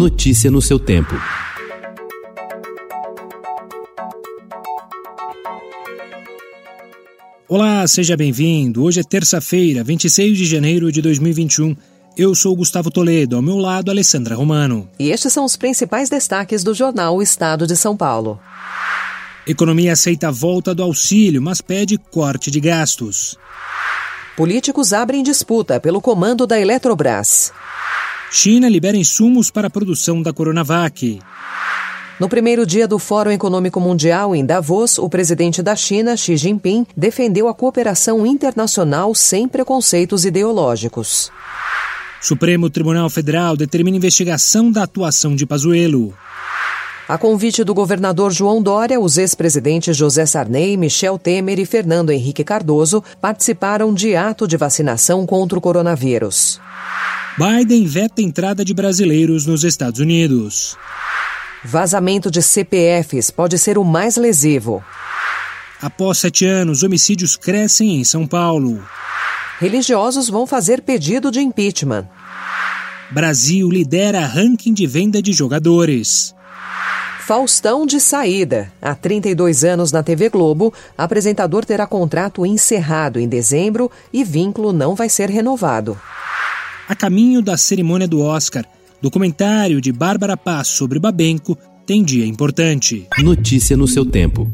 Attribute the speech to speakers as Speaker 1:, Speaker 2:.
Speaker 1: Notícia no seu tempo.
Speaker 2: Olá, seja bem-vindo. Hoje é terça-feira, 26 de janeiro de 2021. Eu sou Gustavo Toledo, ao meu lado, Alessandra Romano.
Speaker 3: E estes são os principais destaques do jornal O Estado de São Paulo.
Speaker 2: Economia aceita a volta do auxílio, mas pede corte de gastos.
Speaker 3: Políticos abrem disputa pelo comando da Eletrobras.
Speaker 2: China libera insumos para a produção da Coronavac.
Speaker 3: No primeiro dia do Fórum Econômico Mundial em Davos, o presidente da China, Xi Jinping, defendeu a cooperação internacional sem preconceitos ideológicos.
Speaker 2: Supremo Tribunal Federal determina investigação da atuação de Pazuello.
Speaker 3: A convite do governador João Dória, os ex-presidentes José Sarney, Michel Temer e Fernando Henrique Cardoso participaram de ato de vacinação contra o coronavírus.
Speaker 2: Biden veta a entrada de brasileiros nos Estados Unidos.
Speaker 3: Vazamento de CPFs pode ser o mais lesivo.
Speaker 2: Após sete anos, homicídios crescem em São Paulo.
Speaker 3: Religiosos vão fazer pedido de impeachment.
Speaker 2: Brasil lidera ranking de venda de jogadores.
Speaker 3: Faustão de saída. Há 32 anos na TV Globo, apresentador terá contrato encerrado em dezembro e vínculo não vai ser renovado.
Speaker 2: A caminho da cerimônia do Oscar, documentário de Bárbara Paz sobre Babenco tem dia importante.
Speaker 1: Notícia no seu tempo.